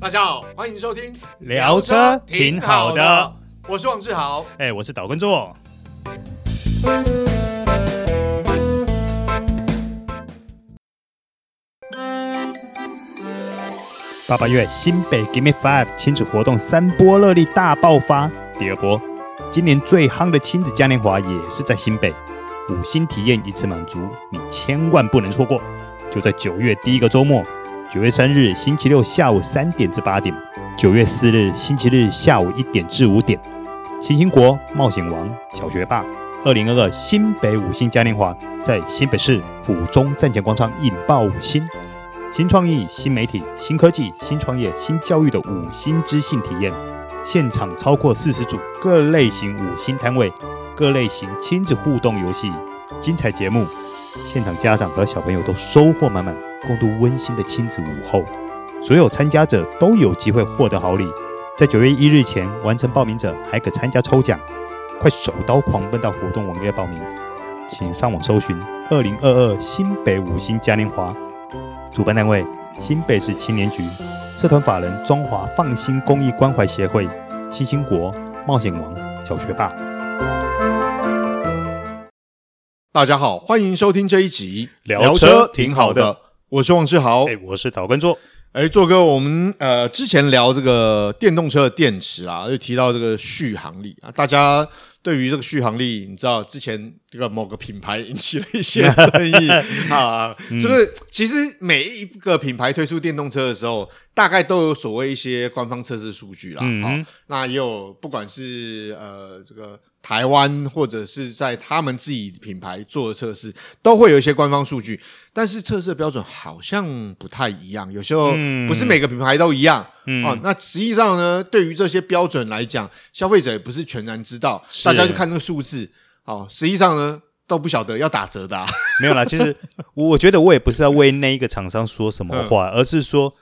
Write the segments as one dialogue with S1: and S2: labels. S1: 大家好，欢迎收听
S2: 聊车挺好的，，
S1: 我是王志豪。
S2: 哎、我是导观众。八八月新北 Give Me Five 亲子活动三波热力大爆发，第二波，今年最夯的亲子嘉年华也是在新北，五星体验一次满足，你千万不能错过。就在九月第一个周末，九月三日星期六下午三点至八点，九月四日星期日下午一点至五点。新兴国、冒险王、小学霸，二零二二新北五星嘉年华在新北市府中站前广场引爆五星，新创意、新媒体、新科技、新创业、新教育的五星知性体验。现场超过四十组各类型五星摊位，各类型亲子互动游戏，精彩节目，现场家长和小朋友都收获满满，共度温馨的亲子午后。所有参加者都有机会获得好礼，在九月一日前完成报名者还可参加抽奖，快手刀狂奔到活动网页报名，请上网搜寻“二零二二新北五星嘉年华”，主办单位新北市青年局，社团法人中华放心公益关怀协会，新兴国、冒险王、小学霸。
S1: 大家好，欢迎收听这一集
S2: 聊车挺好的，
S1: 我是王志豪
S2: 哎、。我是导观座，
S1: 哎，做哥，我们呃之前聊这个电动车的电池啊，就提到这个续航力啊，大家对于这个续航力，你知道之前这个某个品牌引起了一些争议啊，这个其实每一个品牌推出电动车的时候，大概都有所谓一些官方测试数据啦，
S2: 嗯
S1: 好、那也有不管是呃这个台湾或者是在他们自己品牌做的测试，都会有一些官方数据，但是测试的标准好像不太一样，有时候
S2: 嗯
S1: 不是每个品牌都一样、
S2: 嗯
S1: 哦。那实际上呢，对于这些标准来讲，消费者也不是全然知道，
S2: 是
S1: 大家就看那个数字，哦，实际上呢都不晓得要打折的、啊，
S2: 没有啦，其实我我觉得我也不是要为那一个厂商说什么
S1: 嗯
S2: 话，而是说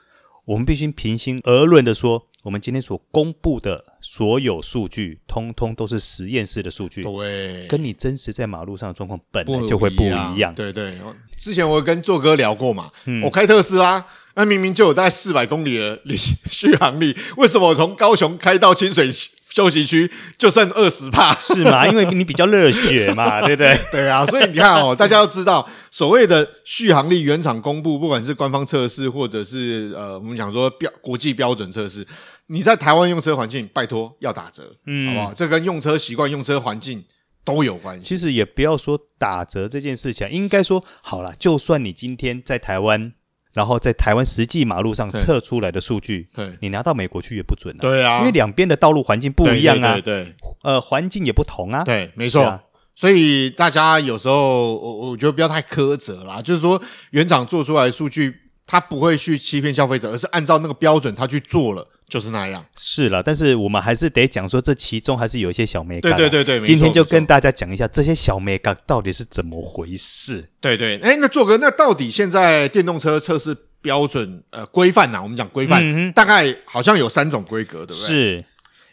S2: 我们必须平心而论的说，我们今天所公布的所有数据，通通都是实验室的数据，
S1: 对。
S2: 跟你真实在马路上的状况本来就会不一样。
S1: 对对，哦之前我跟做哥聊过嘛，
S2: 嗯
S1: 我开特斯拉，那明明就有大概四百公里的里续航力，为什么我从高雄开到清水休息区就剩二十帕？
S2: 是 嘛？因为你比较热血嘛，对不对？
S1: 对啊，所以你看哦，大 家要知道，所谓的续航力原厂公布，不管是官方测试，或者是呃，我们讲说标国际标准测试，你在台湾用车环境，拜托要打折，好不
S2: 嗯，
S1: 好？这跟用车习惯、用车环境都有关系。
S2: 其实也不要说打折这件事情啊，应该说好啦，就算你今天在台湾，然后在台湾实际马路上
S1: 对
S2: 测出来的数据，
S1: 对
S2: 你拿到美国去也不准啊。
S1: 对啊，
S2: 因为两边的道路环境不一样啊
S1: 对，对对
S2: 呃，环境也不同啊。
S1: 对，没
S2: 是
S1: 错。
S2: 啊
S1: 所以大家有时候，我我觉得不要太苛责啦，就是说原厂做出来的数据，他不会去欺骗消费者，而是按照那个标准他去做了，就是那样。
S2: 是了，但是我们还是得讲说，这其中还是有一些小美感、啊
S1: 对对，对对，没
S2: 今天
S1: 错
S2: 就
S1: 没错
S2: 跟大家讲一下这些小美感到底是怎么回事。
S1: 对对，哎，那做哥，那到底现在电动车测试标准呃规范呐、我们讲规范，
S2: 嗯
S1: 大概好像有三种规格，对不对？
S2: 是，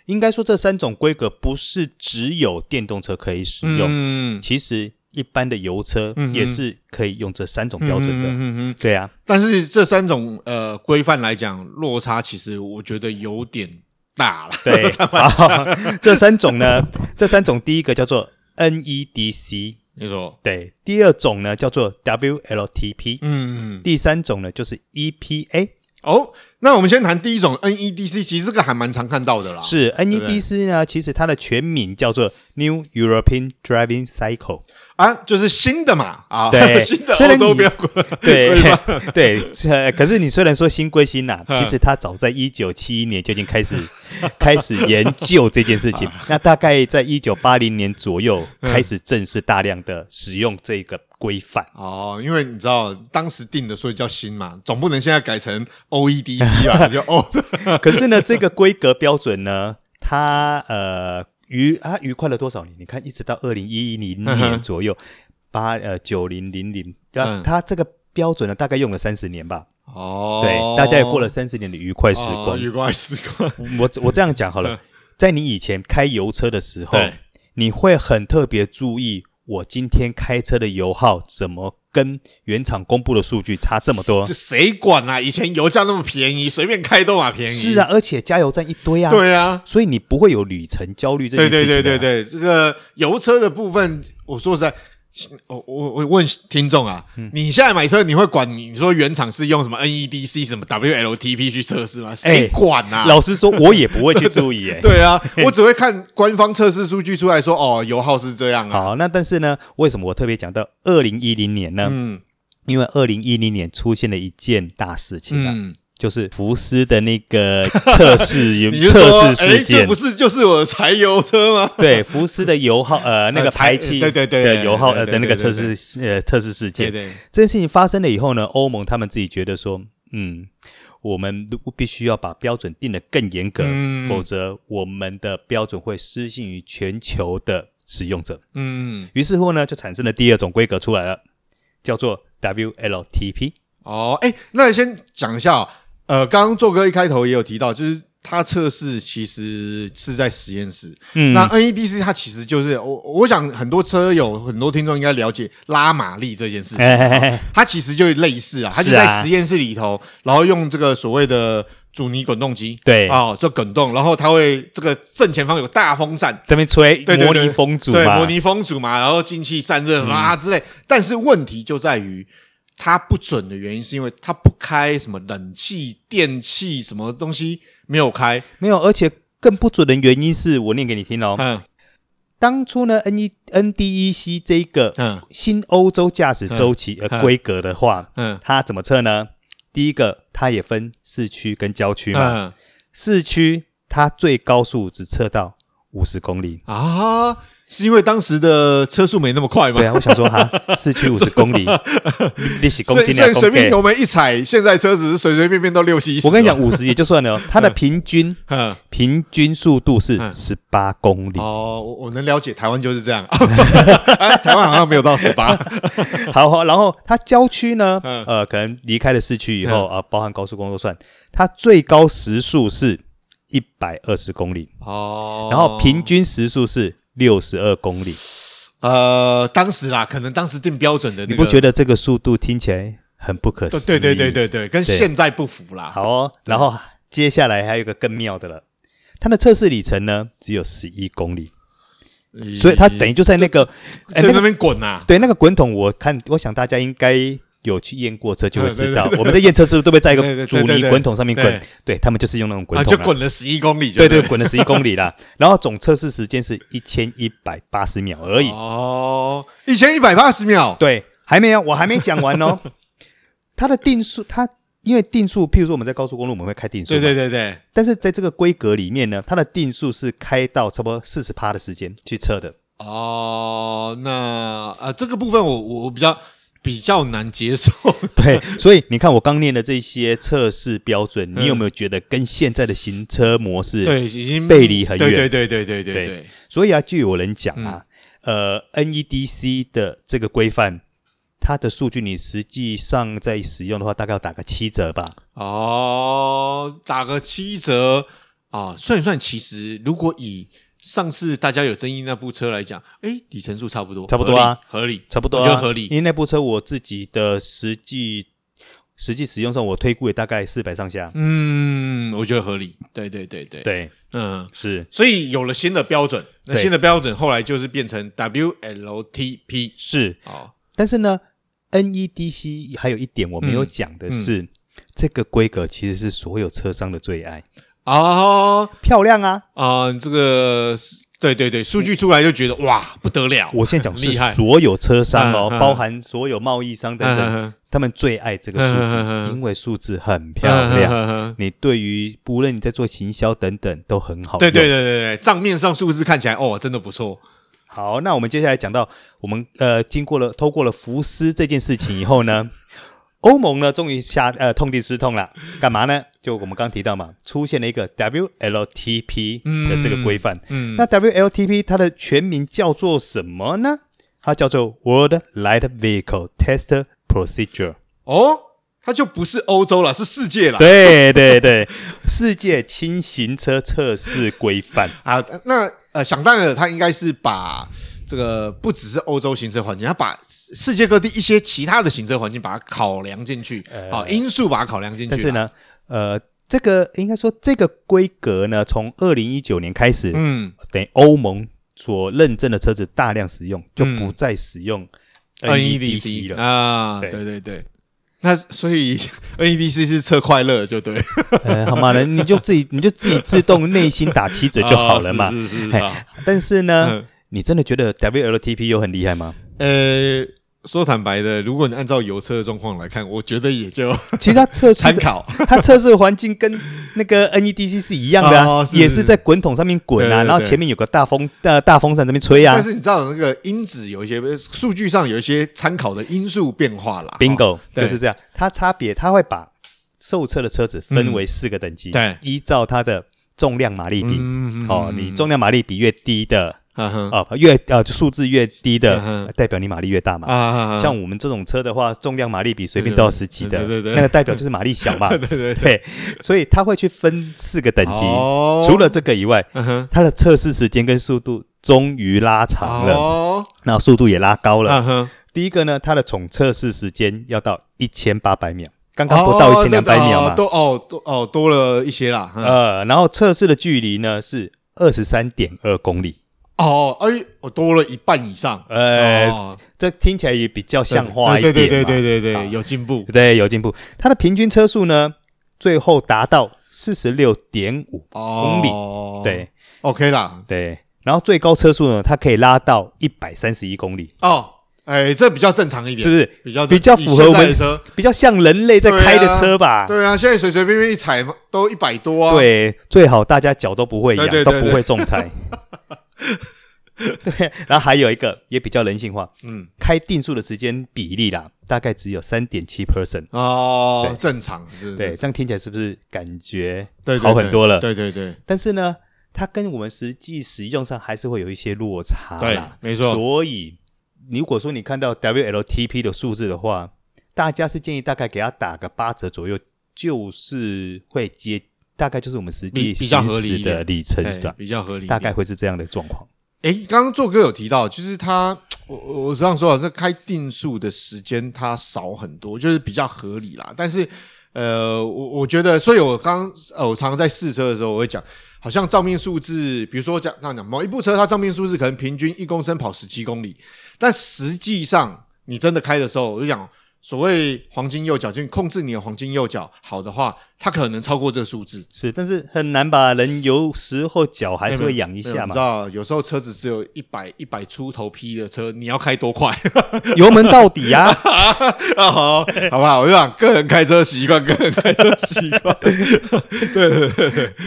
S2: 应该说这三种规格不是只有电动车可以使用，
S1: 嗯，
S2: 其实一般的油车
S1: 嗯哼
S2: 也是可以用这三种标准的。
S1: 嗯嗯嗯。
S2: 对啊，
S1: 但是这三种呃规范来讲，落差其实我觉得有点大了。
S2: 对， 好，这三种呢，这三种第一个叫做 E NEDC，
S1: 你说，
S2: 对，第二种呢叫做 WLTP，、
S1: 嗯，
S2: 第三种呢就是 E EPA，
S1: 哦，那我们先谈第一种 NEDC，其实这个还蛮常看到的啦。，对
S2: 是
S1: 啊不对
S2: NEDC 呢，其实它的全名叫做 New European Driving Cycle，
S1: 啊，就是新的嘛，啊，
S2: 对
S1: 新的
S2: 虽然
S1: 欧
S2: 你
S1: 洲标规，
S2: 对
S1: 规范
S2: 对，呃可是你虽然说新归新啦、
S1: 嗯
S2: 其实它早在一九七一年就已经开 始开始研究这件事情，
S1: 啊
S2: 那大概在一九八零年左右
S1: 嗯
S2: 开始正式大量的使用这个规范。
S1: 哦，因为你知道当时定的，所以叫新嘛，总不能现在改成 OEDC 吧？就 O
S2: 可是呢，这个规格标准呢，它呃愉它愉快了多少年？你看，一直到二零一零
S1: 嗯
S2: 年
S1: 哼
S2: 左右，八呃九零零零，
S1: 嗯
S2: 呃它这个标准呢，大概用了三十年吧。
S1: 哦
S2: 对，大家也过了三十年的愉快时
S1: 哦
S2: 光。
S1: 愉快时光。
S2: 我我这样 讲好了，在你以前开油车的时候
S1: 对，
S2: 你会很特别注意。我今天开车的油耗怎么跟原厂公布的数据差这么多
S1: 这？谁管啊？以前油价那么便宜，随便开都嘛便宜。
S2: 是啊，，而且加油站一堆啊，，
S1: 对啊，
S2: 所以你不会有里程焦啊虑这件
S1: 对
S2: 事情、
S1: 对对对，对，这个油车的部分，我说实在。我我我问听众啊，
S2: 嗯
S1: 你现在买车你会管你你说原厂是用什么 NEDC 什么 WLTP 去测试吗？谁管啊？
S2: 哎老实说，我也不会去注意、欸，
S1: 对 啊，我只会看官方测试数据出来说，哦，油耗是这样啊。
S2: 好，那但是呢，为什么我特别讲到二零一零年呢？
S1: 嗯
S2: 因为二零一零年出现了一件大事情啊，
S1: 嗯，
S2: 就是福斯的那个 测试
S1: 你就说
S2: 测试，
S1: 哎，
S2: 事
S1: 这
S2: 件
S1: 不。是就是我的柴油车吗？
S2: 对福斯的油耗，呃，那个
S1: 柴
S2: 排气，
S1: 对对对对
S2: 的油耗，
S1: 对
S2: 呃
S1: 对
S2: 的那个
S1: 对
S2: 测
S1: 对对
S2: 试，呃，测试事件
S1: 对，对，
S2: 这件事情发生了以后呢，欧盟他们自己觉得说，嗯，我们必须要把标准定得更严格，
S1: 嗯
S2: 否则我们的标准会失信于全球的使用者。
S1: 嗯，
S2: 于是乎呢，就产生了第二种规格出来了，叫做 WLTP。
S1: 哦，哎，那先讲一下哦、呃，刚刚做哥一开头也有提到，就是他测试其实是在实验室，
S2: 嗯
S1: 那 NEDC 它其实就是我，我想很多车友、很多听众应该了解拉马力这件事情，
S2: 哎
S1: 它其实就类似啊，它就是
S2: 啊
S1: 在实验室里头，然后用这个所谓的阻尼滚动机，
S2: 对
S1: 哦，做滚动，然后它会这个正前方有大风扇。
S2: 这边吹
S1: 对对
S2: 模
S1: 对
S2: 拟风阻
S1: 对，
S2: 嘛，
S1: 模拟风阻嘛，然后进气散热什么啊之类，但是问题就在于它不准的原因，是因为它不开什么冷气、电器什么东西没有开，
S2: 没有，而且更不准的原因是我念给你听哦。
S1: 嗯
S2: 当初呢，N 一 NDEC 这一个
S1: 嗯
S2: 新欧洲驾驶周期
S1: 嗯
S2: 呃规格的话，
S1: 嗯
S2: 它怎么测呢？第一个，它也分市区跟郊区嘛。
S1: 嗯
S2: 市区它最高速只测到五十公里。
S1: 啊，是因为当时的车速没那么快吗？
S2: 对啊，我想说哈，市区五十公 里，历史公
S1: 所以
S2: 斤
S1: 所
S2: 两
S1: 以
S2: 公
S1: 随便
S2: 斤
S1: 油门一踩，现在车子是随随便便都六七十。
S2: 我跟你讲，，五十也就算 了哦，它的平均
S1: 嗯，
S2: 平均速度是
S1: 嗯
S2: 十八公里。
S1: 哦，我我能了解，台湾就是这 样。哎台湾好像没有 到十八。
S2: 好，好然后它郊区呢，
S1: 嗯
S2: 呃，可能离开了市区以后啊，包含高速公路算，它最高时速是一百二十公里，
S1: 哦
S2: 然后平均时速是六十二公里。
S1: 呃，当时啦，可能当时定标准的那
S2: 你
S1: 个，
S2: 不觉得这个速度听起来很不可
S1: 对
S2: 思议？
S1: 对对对对对，跟
S2: 对
S1: 现在不符啦。
S2: 好哦，然后接下来还有一个更妙的了，它的测试里程呢只有十一公里，所以它等于就在那个哎
S1: 在
S2: 那
S1: 那
S2: 个
S1: 边滚啊呐。
S2: 对那个滚筒，我看我想大家应该有去验过车就会知道，
S1: 对对对对
S2: 我们的验车师傅都会在一
S1: 对
S2: 个
S1: 对
S2: 阻
S1: 对对
S2: 尼
S1: 对
S2: 滚筒上面滚
S1: 对，
S2: 对他们就是用那种滚
S1: 啊，
S2: 筒
S1: 就
S2: 啊。
S1: 滚了十一公里，
S2: 对
S1: 对
S2: 对，滚了十一公里 啦，然后总测试时间是一千一百八十秒而已。
S1: 哦，一千一百八十秒，
S2: 对，还没有，我还没讲完 哦。它的定速，它因为定速，譬如说我们在高速公路我们会开定速嘛，
S1: 对对对对，
S2: 但是在这个规格里面呢，它的定速是开到差不多四十趴的时间去测的。
S1: 哦，那呃，这个部分我我比较比较难接受。
S2: 对，所以你看我刚念的这些测试标准，你有没有觉得跟现在的行车模式？，
S1: 对，已经
S2: 背离很
S1: 对
S2: 远
S1: 对对对对对
S2: 对
S1: 对，
S2: 所以啊，就有人讲啊，呃，NEDC 的这个规范，它的数据你实际上在使用的话，大概要打个七折吧。
S1: 哦，打个七折啊，算一算，其实如果以上次大家有争议那部车来讲，哎，里程数差不多，
S2: 差不多啊
S1: 合理，合理，
S2: 差不多、
S1: 我
S2: 啊，
S1: 觉得合理
S2: 因为那部车我自己的实际实际使用上，我推估也大概四百上下。
S1: 嗯，我觉得合理，对对对对，
S2: 对，
S1: 嗯，
S2: 是
S1: 所以有了新的标准，那
S2: 对
S1: 新的标准后来就是变成 WLTP
S2: 是。
S1: 哦，
S2: 但是呢，NEDC 还有一点我没有讲的是，这个规格其实是所有车商的最爱，
S1: 哦
S2: 漂亮啊！
S1: 啊、这个是对对对，数据出来就觉得哇不得了，
S2: 我现在讲
S1: 很
S2: 是
S1: 厉害，
S2: 所有车商哦，
S1: 嗯嗯
S2: 包含所有贸易商等等，
S1: 嗯
S2: 他们最爱这个数
S1: 嗯嗯嗯
S2: 字，因为数字很漂
S1: 嗯
S2: 亮。
S1: 嗯嗯
S2: 你对于不论你在做行销等等都很好用。
S1: 对对对对对，账面上数字看起来哦真的不错，
S2: 好，那我们接下来讲到我们呃，经过了透过了福斯这件事情以后呢， 欧盟呢终于下呃痛定思痛了，干嘛呢？就我们刚提到嘛，出现了一个 WLTP 的这个规范。
S1: 嗯，
S2: 那 WLTP 它的全名叫做什么呢？它叫做 World Light Vehicle Test Procedure。
S1: 哦，它就不是欧洲了，是世界了。
S2: 对对对， 世界轻型车测试规范。
S1: 啊，那呃，想当然了，它应该是把这个不只是欧洲行车环境，它把世界各地一些其他的行车环境把它考量进去，好、因素把它考量进去。
S2: 哎但是，呢，呃，这个应该说这个规格呢，从二零一九年开始，
S1: 嗯，
S2: 等于欧盟所认证的车子大量使用，就
S1: 嗯
S2: 不再使用嗯
S1: NEDC
S2: NEDC E 了。
S1: 啊，
S2: 对
S1: 对对对。那所以 NEDC 是测快乐就对，
S2: 呃，好嘛，你就 自己你就自己自动内心打七折就好了嘛。
S1: 哦是是是是
S2: 嘿
S1: 啊
S2: 但是呢，
S1: 嗯
S2: 你真的觉得 WLTP 有很厉害 吗？
S1: 呃，说坦白的，如果你按照油车的状况来看，我觉得也 就
S2: 其实它测试
S1: 参
S2: 的，
S1: 考。
S2: 它测试的环境跟那个 NEDC 是一样的啊
S1: 哦，是
S2: 也是在滚筒上面滚
S1: 对
S2: 啊，
S1: 对对
S2: 然后前面有个大风呃大风扇在那边吹啊
S1: 但。是你知道那个因子有一些数据上有一些参考的因素变化啦。
S2: Bingo，
S1: 哦对
S2: 就是这样。它差别，它会把受测的车子分为四个等级，
S1: 对
S2: 依照它的重量马力比。
S1: 嗯
S2: 哦，你重量马力比越低的，
S1: 啊哈
S2: 啊，越呃数字越低的，
S1: 嗯哼
S2: 代表你马力越大嘛。
S1: 啊，
S2: 像我们这种车的话，重量马力比随便都要十几的，
S1: 对对对对
S2: 那个代表就是马力小 嘛。
S1: 对对对，
S2: 对，所以它会去分四个等级。
S1: 哦
S2: 除了这个以外，
S1: 嗯哼
S2: 它的测试时间跟速度终于拉长了，
S1: 哦，
S2: 那速度也拉高了。
S1: 嗯哼，
S2: 第一个呢，它的总测试时间要到一千八百秒，刚刚不到一
S1: 哦
S2: 千两百秒嘛。
S1: 对对哦都哦多哦多了一些啦。嗯
S2: 呃，然后测试的距离呢是二十三点二公里，
S1: 哦，哎，我多了一半以上。
S2: 呃
S1: 哦
S2: 这听起来也比较像话一
S1: 对
S2: 点嘛。啊
S1: 对对对对对
S2: 好
S1: 对，有进步
S2: 对，有进步。它的平均车速呢，最后达到四十六点五公里。
S1: 哦，
S2: 对
S1: ，OK 啦。
S2: 对，然后最高车速呢，它可以拉到一百三十一公里，
S1: 哦，哎，这比较正常一点，
S2: 是不是？
S1: 比较
S2: 比较符合我
S1: 以现在
S2: 们
S1: 的车。
S2: 比较像人类在
S1: 啊
S2: 开的车吧？
S1: 对啊，现在随随便便一踩嘛都一百多啊。，
S2: 对最好大家脚都不会痒，
S1: 对对对
S2: 都不会 仲裁。对，然后还有一个也比较人性化，
S1: 嗯，
S2: 开定速的时间比例啦，大概只有三点七 percent。
S1: 哦
S2: 对，
S1: 正常，是
S2: 对，这样听起来是不是感觉
S1: 对，对
S2: 好很多了？
S1: 对对对，
S2: 但是呢，它跟我们实际使用上还是会有一些落差
S1: 对
S2: 啦。
S1: 没错
S2: 所以，如果说你看到 WLTP 的数字的话，大家是建议大概给它打个八折左右，就是会接，大概就是我们实
S1: 比
S2: 际
S1: 比较合理
S2: 行驶
S1: 一点
S2: 的里程
S1: 哎
S2: 段，
S1: 比较合理一点。
S2: 大概会是这样的状况。
S1: 哎，刚刚做哥有提到，就是他，我我我这样说啊，这开定速的时间它少很多，就是比较合理啦。但是，呃，我我觉得，所以我刚呃，我常常在试车的时候，我会讲，好像账面数字，比如说讲这样讲，某一部车它账面数字可能平均一公升跑十七公里，但实际上你真的开的时候，我就讲。所谓黄金右脚，就是控制你的黄金右脚好的话，它可能超过这个数字。
S2: 是，但是很难吧？人有时候脚还是会痒一
S1: 没有
S2: 下
S1: 你
S2: 嘛
S1: 知。道，有时候车子只有一百一百出头匹的车，你要开多快？
S2: 油门到底呀、啊！
S1: 啊好，好不好？我就讲个人开车习惯，个人开车习 惯。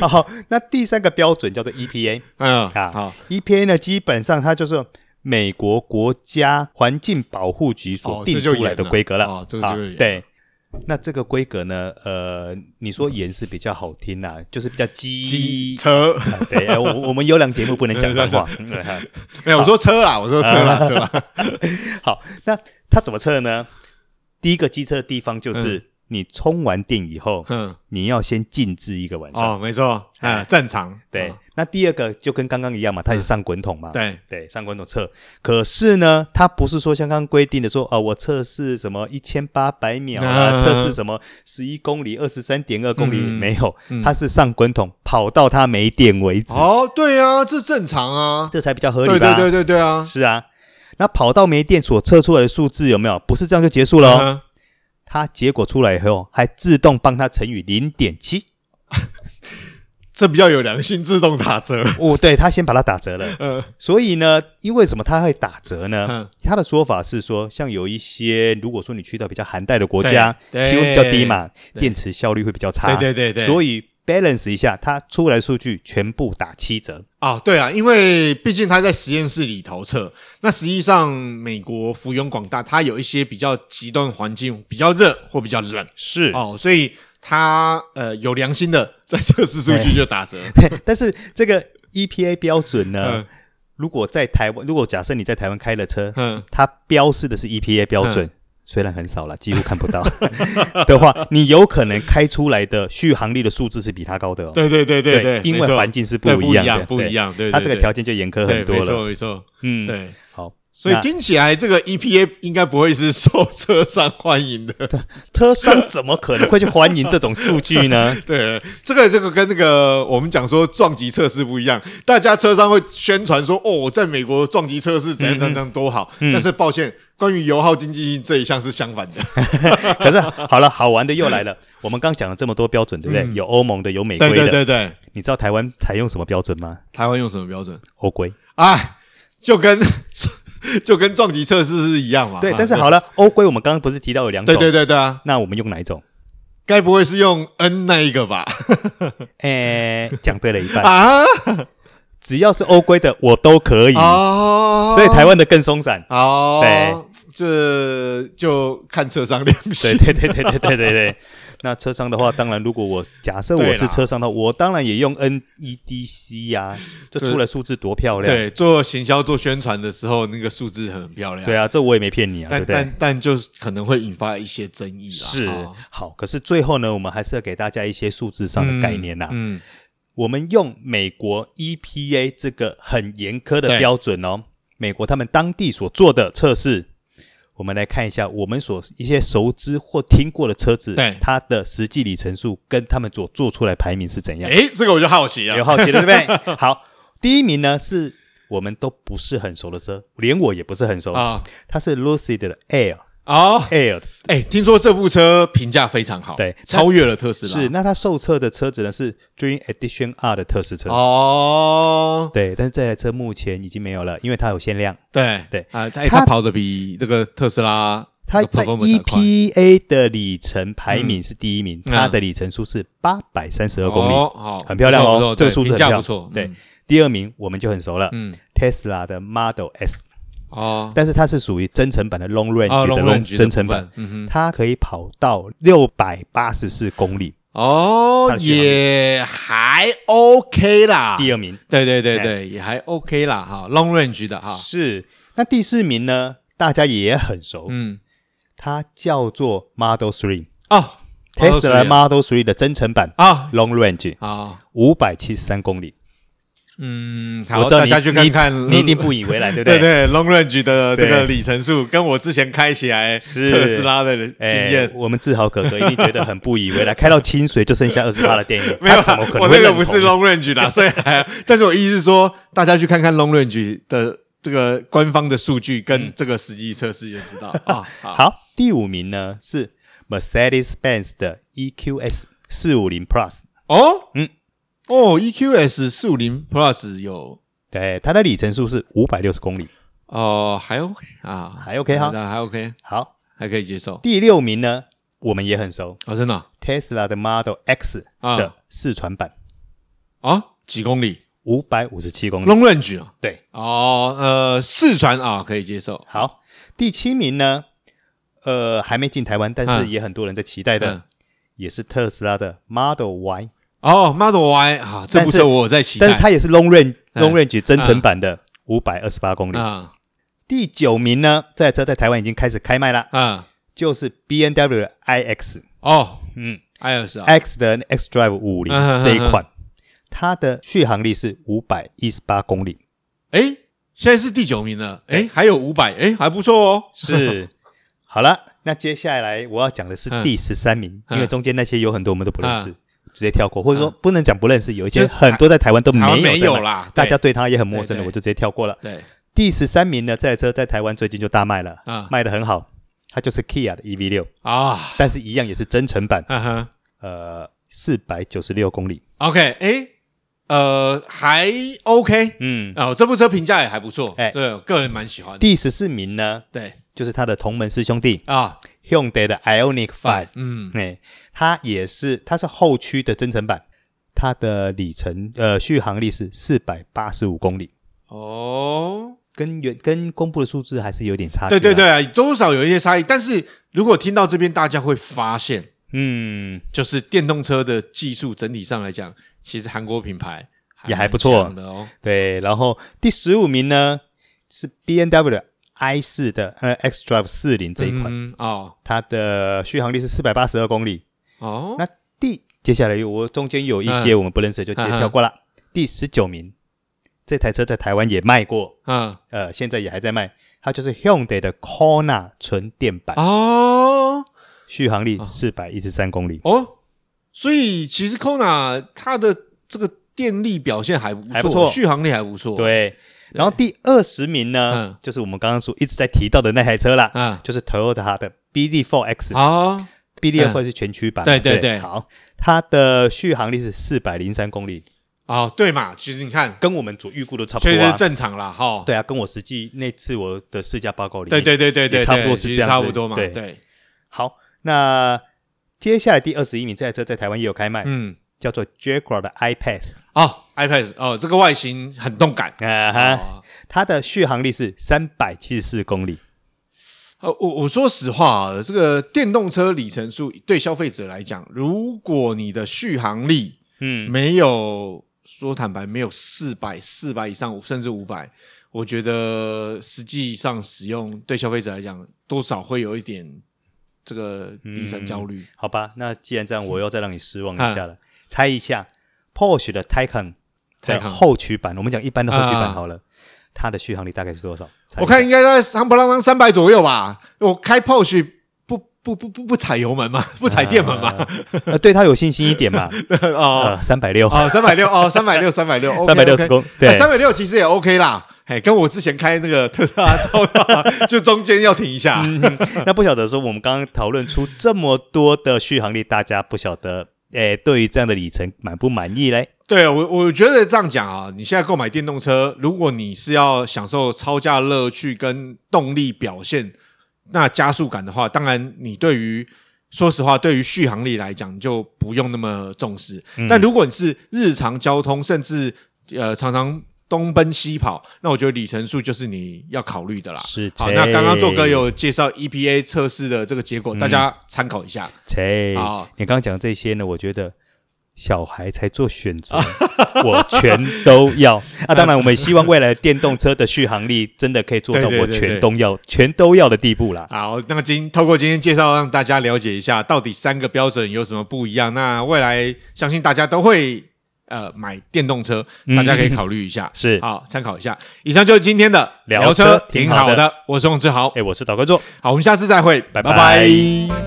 S2: 好，那第三个标准叫做 E EPA
S1: 嗯，
S2: 啊。
S1: 好，
S2: EPA 呢，基本上它就是美国国家环境保护局所
S1: 哦
S2: 定
S1: 这就
S2: 出来的
S1: 严了
S2: 规格了。
S1: 哦这个
S2: 啊
S1: 就严了
S2: 对。那这个规格呢？呃，你说严是比较好听啦、就是比较激。
S1: 车
S2: 啊对，呃我我们优良节目不能讲 脏话。嗯对哈
S1: 没有，我说车啦，我说车啦， 车啦。
S2: 好，那它怎么测呢？第一个机测的地方就是你充完电以后，
S1: 嗯，
S2: 你要先静置一个晚上。
S1: 哦，没错，
S2: 哎
S1: 嗯，正常。
S2: 对
S1: 嗯，
S2: 那第二个就跟刚刚一样嘛，它也是上滚筒嘛。
S1: 对，
S2: 对，上滚筒测。可是呢，它不是说像刚刚规定的说，哦，我测试什么一千八百秒啊，
S1: 嗯
S2: 测试什么十一公里、二十三点二公里，
S1: 嗯
S2: 没有，
S1: 嗯
S2: 它是上滚筒跑到它没电为止，
S1: 哦，对啊，这正常啊。
S2: 这才比较合
S1: 对
S2: 理吧？
S1: 对对对对啊。
S2: 是啊。那跑到没电所测出来的数字有没有？不是这样就结束了哦，
S1: 嗯
S2: 它结果出来以后还自动帮它乘以零点七。
S1: 这比较有良心，自动打折。
S2: 哦，对，它先把它打折了。
S1: 嗯
S2: 所以呢，因为什么它会打折呢？
S1: 嗯
S2: 他的说法是说，像有一些，如果说你去到比较寒带的国家，
S1: 对对
S2: 气温比较低嘛，
S1: 对
S2: 电池效率会比较差。
S1: 对对对对。
S2: 所以 balance 一下，它出来的数据全部打七折。
S1: 啊，对啊，因为毕竟他在实验室里头测，那实际上美国幅员广大，它有一些比较极端环境，比较热或比较冷
S2: 是，
S1: 哦，所以它呃有良心的在测试数据就打折，
S2: 但是这个 EPA 标准呢，
S1: 嗯
S2: 如果在台湾，如果假设你在台湾开了车，
S1: 嗯
S2: E 它标示的是 EPA 标准，虽然很少了，几乎看不到 的话，你有可能开出来的续航力的数字是比它高的哦。
S1: 对对对对，
S2: 因为
S1: 没错
S2: 环境是
S1: 对
S2: 一
S1: 不
S2: 样的，
S1: 样，不
S2: 对
S1: 一。样，对，
S2: 它
S1: 对
S2: 这个
S1: 对
S2: 条件就严
S1: 对
S2: 苛很多
S1: 没错
S2: 了。
S1: 没错，
S2: 嗯，，
S1: 对。
S2: 好，
S1: 所以
S2: 那
S1: 听起来这个 EPA 应该不会是 受车商欢迎的。
S2: 车商怎么可能会去欢迎这种数据 呢？
S1: 对，这个这个跟那个我们讲说撞击测试不一样，大家车商会宣传说哦，我在美国撞击测试怎样怎样
S2: 嗯
S1: 怎样多好，但是抱歉，关于油耗经济性这一项是相反的。
S2: 可是好了，好玩的又来了。我们刚讲了这么多标准，对嗯不对？有欧盟的，有美
S1: 对
S2: 规
S1: 对
S2: 的。
S1: 对对，
S2: 你知道台湾采用什么标准吗？
S1: 台湾用什么标准？
S2: 欧规。
S1: 哎，就跟 就跟撞击测试是一样嘛。
S2: 对
S1: 啊，
S2: 但是好了，欧规我们刚刚不是提到有两
S1: 对
S2: 种？
S1: 对对对啊，
S2: 那我们用哪一种？
S1: 该不会是用 N 那一个吧？
S2: 诶，讲对了一半，
S1: 啊，
S2: 只要是欧规的我都可以，
S1: 哦，
S2: 哎所以台湾的更松散。
S1: 哦，
S2: 对，
S1: 这就看车商良
S2: 对
S1: 心。
S2: 对对对对对对对。那车商的话，当然，如果我假设我是
S1: 对啦
S2: 车商的话，我当然也用 E NEDC 呀、 这
S1: 这
S2: 啊出来数字多漂亮。
S1: 对，做行销、做宣传的时候，那个数字很漂亮。
S2: 对啊，这我也没骗你啊，
S1: 但
S2: 对不对？
S1: 但但就是可能会引发一些争议啦。
S2: 是
S1: 哦
S2: 好，可是最后呢，我们还是要给大家一些数字上的概念啦、啊
S1: 嗯，
S2: 我们用美国 EPA 这个很严苛的
S1: 对
S2: 标准哦，美国他们当地所做的测试，我们来看一下我们所一些熟知或听过的车子
S1: 对，
S2: 它的实际里程数跟他们所做出来排名是怎样？
S1: 诶，这个我就好奇啊
S2: 有
S1: 了。
S2: 好奇了，对不对？ 好，第一名呢是我们都不是很熟的车，连我也不是很熟，
S1: 啊
S2: 它是 Lucid 的 Air。
S1: 哦，
S2: Air
S1: 哎，听说这部车评价非常好，
S2: 对
S1: 超越了特斯拉。
S2: 是，那它售测的车子呢是 Dream Edition R 的特试车，
S1: 哦，
S2: 对，但是这台车目前已经没有了，因为它有限量。
S1: 对
S2: 对
S1: 啊，它
S2: 它
S1: 诶它跑得比这个特斯拉
S2: 它
S1: 的
S2: 在 E
S1: performance 还快
S2: EPA 的里程排名是第一名，
S1: 嗯
S2: 它的里程数是八百三十二公里，
S1: 哦好
S2: 很漂亮
S1: 不错不错，
S2: 哦这个
S1: 对
S2: 数字
S1: 评
S2: 很
S1: 价
S2: 漂亮
S1: 不错。
S2: 对
S1: 嗯，
S2: 第二名我们就很熟了
S1: 嗯，
S2: ，Tesla 的 Model S，
S1: 哦，
S2: 但是它是属于增程版的 Long
S1: 啊
S2: Range 的
S1: long range 的
S2: 增程
S1: 部分
S2: 版，
S1: 嗯哼，
S2: 它可以跑到六百八十四公里，它
S1: 哦
S2: 的，续航力
S1: 也还 OK 啦。
S2: 第二名
S1: 对对对对，也还 OK 啦，哈，long range 的哈，
S2: 是。那第四名呢？大家也很熟，
S1: 嗯，
S2: 它叫做 Model Three。
S1: 哦
S2: Tesla Model 3的增程版
S1: 啊
S2: Long Range
S1: 好，
S2: 五百七十三公里，
S1: 嗯，
S2: 我
S1: 好，
S2: 知道
S1: 大
S2: 你
S1: 家去看看，
S2: 你你一定不以为然，对
S1: 嗯
S2: 不
S1: 对
S2: 对？
S1: 对 long range 的这个
S2: 对
S1: 里程数，跟我之前开起来特斯拉的经
S2: 哎
S1: 验。
S2: 我们志豪哥哥一定觉得很不以为然， 开到清水就剩下二十八的电影，
S1: 没有
S2: 他怎
S1: 啦
S2: 么可，能
S1: 我
S2: 会
S1: 那个
S2: 认
S1: 不是
S2: 同
S1: long range 的，啊所以 还，但是我意思是说，大家去看看 long range 的这个官方的数据跟这个实际测试就 知道啊。好，
S2: 好，第五名呢是 Mercedes-Benz 的 EQS 四五零 Plus，
S1: 哦，
S2: 嗯
S1: 嗯，哦，EQS 四五零 Plus 有
S2: 对，它的里程数是五百六十公里。
S1: 哦，还 OK 啊，
S2: 还 OK 哈
S1: 那还 OK，
S2: 好，
S1: 还可以接受
S2: 第六名呢我们也很熟
S1: 哦，真的啊
S2: ，Tesla 的 Model X
S1: 啊
S2: 的四传版
S1: 哦几公里
S2: 五百五十七公里，
S1: ，long range 啊
S2: 对，
S1: 哦，呃，四川啊可以接受，
S2: 好，第七名呢，呃，还没进台湾，但是
S1: 嗯
S2: 也很多人在期待的，
S1: 嗯
S2: 也是特斯拉的 Model Y，
S1: 哦，Model Y 啊，这部
S2: 但是
S1: 车我有在期
S2: 但是
S1: 待
S2: 它也是 Long Range、
S1: 嗯
S2: Long Range 增程版的五百二十八公里。
S1: 啊
S2: 第九名呢，这台车在台湾已经开始开卖啦，
S1: 啊
S2: 就是 B N W I X，
S1: 哦
S2: 嗯
S1: ，iOS 啊，
S2: ，X 的 X Drive 五五零
S1: 嗯嗯嗯
S2: 这一款，它的续航力是五百一十八公里，
S1: 诶，现在是第九名了，诶，还有五百，诶，还不错哦，
S2: 是。 好了，那接下来我要讲的是
S1: 嗯
S2: 第十三名，
S1: 嗯
S2: 因为中间那些有很多我们都不认识，
S1: 嗯
S2: 直接跳过，或者说不能讲不认识，有一些
S1: 就是
S2: 很多在台湾都没
S1: 台
S2: 有
S1: 湾
S2: 的
S1: 没有
S2: 嘛，
S1: 啦，
S2: 大
S1: 对
S2: 家对它也很陌生
S1: 对
S2: 的，
S1: 对
S2: 我就直接跳过了。
S1: 对
S2: 第十三名呢，这台车在台湾最近就大卖了，
S1: 嗯
S2: 卖的很好，它就是 Kia 的 EV 六，
S1: 啊，
S2: 但是一样也是增程版，
S1: 嗯哼
S2: 呃，四百九十六公里，
S1: ，OK，诶，呃，还 OK。
S2: 嗯。
S1: 哦，这部车评价也还不错，
S2: 哎
S1: 对，我个人蛮喜欢的。
S2: 第十四名呢，
S1: 对
S2: 就是它的同门师兄弟
S1: 啊，
S2: Hyundai 的 Ionic Five，
S1: 嗯，
S2: 哎、它也是，它是后驱的增程版，它的里程呃续航力是四百八十五公里，
S1: 哦，
S2: 跟原跟公布的数字还是有点差
S1: 对
S2: 距、
S1: 对，对啊，多少有一些差异。但是如果听到这边，大家会发现，
S2: 嗯，
S1: 就是电动车的技术整体上来讲，其实韩国品牌
S2: 也还
S1: 蛮
S2: 不错
S1: 强的哦。
S2: 对。然后第十五名呢是 B N W i 四的呃 X Drive 四零这一款，
S1: 嗯哦
S2: 它的续航力是四百八十二公里。
S1: 哦，
S2: 那第接下来我中间有一些我们不认识的就直接跳过
S1: 啊
S2: 了。第十九名，这台车在台湾也卖过，
S1: 嗯
S2: 呃，现在也还在卖，它就是 Hyundai 的 Kona 纯电
S1: 啊
S2: 版，
S1: 哦
S2: 续航力四百一十三公里，
S1: 哦，所以其实 Kona 它的这个电力表现还不错，
S2: 还不错
S1: 续航力还不错。，
S2: 对。然后第二十名呢，
S1: 嗯
S2: 就是我们刚刚说一直在提到的那台车啦，
S1: 嗯，
S2: 就是 Toyota 的 BZ4X。
S1: 好，
S2: BDF 是全驱版嘛，
S1: 对啊对
S2: 对
S1: 对
S2: 好，它的续航力是四百零三公里，
S1: 哦，对嘛，其实你看，
S2: 跟我们所预估的差不
S1: 所以
S2: 多
S1: 是
S2: 啊。
S1: 正常啦，哈。
S2: 对啊，跟我实际那次我的试驾报告里
S1: 对
S2: 面，
S1: 对对对对，
S2: 也差不多是
S1: 对
S2: 这样
S1: 其实差
S2: 子
S1: 不多嘛。
S2: 对
S1: 对，
S2: 好，那接下来第二十一名这台车在台湾也有开卖，
S1: 嗯，
S2: 叫做 Jaguar 的 iPass
S1: 哦，iPad 哦，这个外形很动感。
S2: 啊哈，
S1: 啊，
S2: 它的续航力是三百七十四公里，
S1: 呃，我我说实话啊，这个电动车里程数对消费者来讲，如果你的续航力
S2: 嗯，
S1: 没有说坦白没有四百、四百以上，甚至五百，我觉得实际上使用对消费者来讲，多少会有一点这个里程焦虑。
S2: 好吧，那既然这样，我又再让你失望一
S1: 嗯
S2: 下了，猜一下 Porsche 的 Taycan 的
S1: Taycan
S2: 后驱版，我们讲一般的后驱
S1: 啊
S2: 版好了，它的续航力大概是多少？猜
S1: 我
S2: 一下
S1: 看应该在 三不浪当三百左右吧。我开 Porsche 不不不不不踩油门嘛， 不踩电门嘛。
S2: 呃，对他有信心一点嘛，
S1: 哦
S2: 呃，三百六，
S1: 哦，三百六哦，三百 六，三百六，哎
S2: 三百六十公，对，
S1: 三百六其实也 OK 啦。哎，跟我之前开那个特斯拉超大，就中间要停一下。
S2: 嗯那不晓得说我们刚刚讨论出这么多的续航力，大家不晓得，诶，对于这样的里程满不满意嘞？
S1: 对我，我觉得这样讲啊，你现在购买电动车，如果你是要享受超价乐趣跟动力表现，那加速感的话，当然你对于说实话，对于续航力来讲，你就不用那么重视。
S2: 嗯
S1: 但如果你是日常交通，甚至呃常常东奔西跑，那我觉得里程数就是你要考虑的啦。
S2: 是
S1: 啊好，那刚刚做哥
S2: 切
S1: 有介绍 EPA 测试的这个结
S2: 嗯
S1: 果，大家参考一下。
S2: 切，
S1: 好
S2: 你刚刚讲这些呢，我觉得。小孩才做 选择，我全都要啊！当然，我们也希望未来电动车的续航力真的可以做到
S1: 对对
S2: 我
S1: 对
S2: 全都要、全都要的地步啦。
S1: 好，那么今透过今天介绍，让大家了解一下到底三个标准有什么不一样。那未来相信大家都会呃买电动车，
S2: 嗯
S1: 大家可以考虑一下，
S2: 是
S1: 好参考一下。以上就是今天的
S2: 聊
S1: 聊
S2: 车
S1: 车，
S2: 挺
S1: 挺
S2: 好
S1: 好
S2: 的
S1: 的。我是洪志豪，
S2: 哎诶，我是导观众，
S1: 好，我们下次再会，
S2: 拜
S1: 拜
S2: 拜
S1: 拜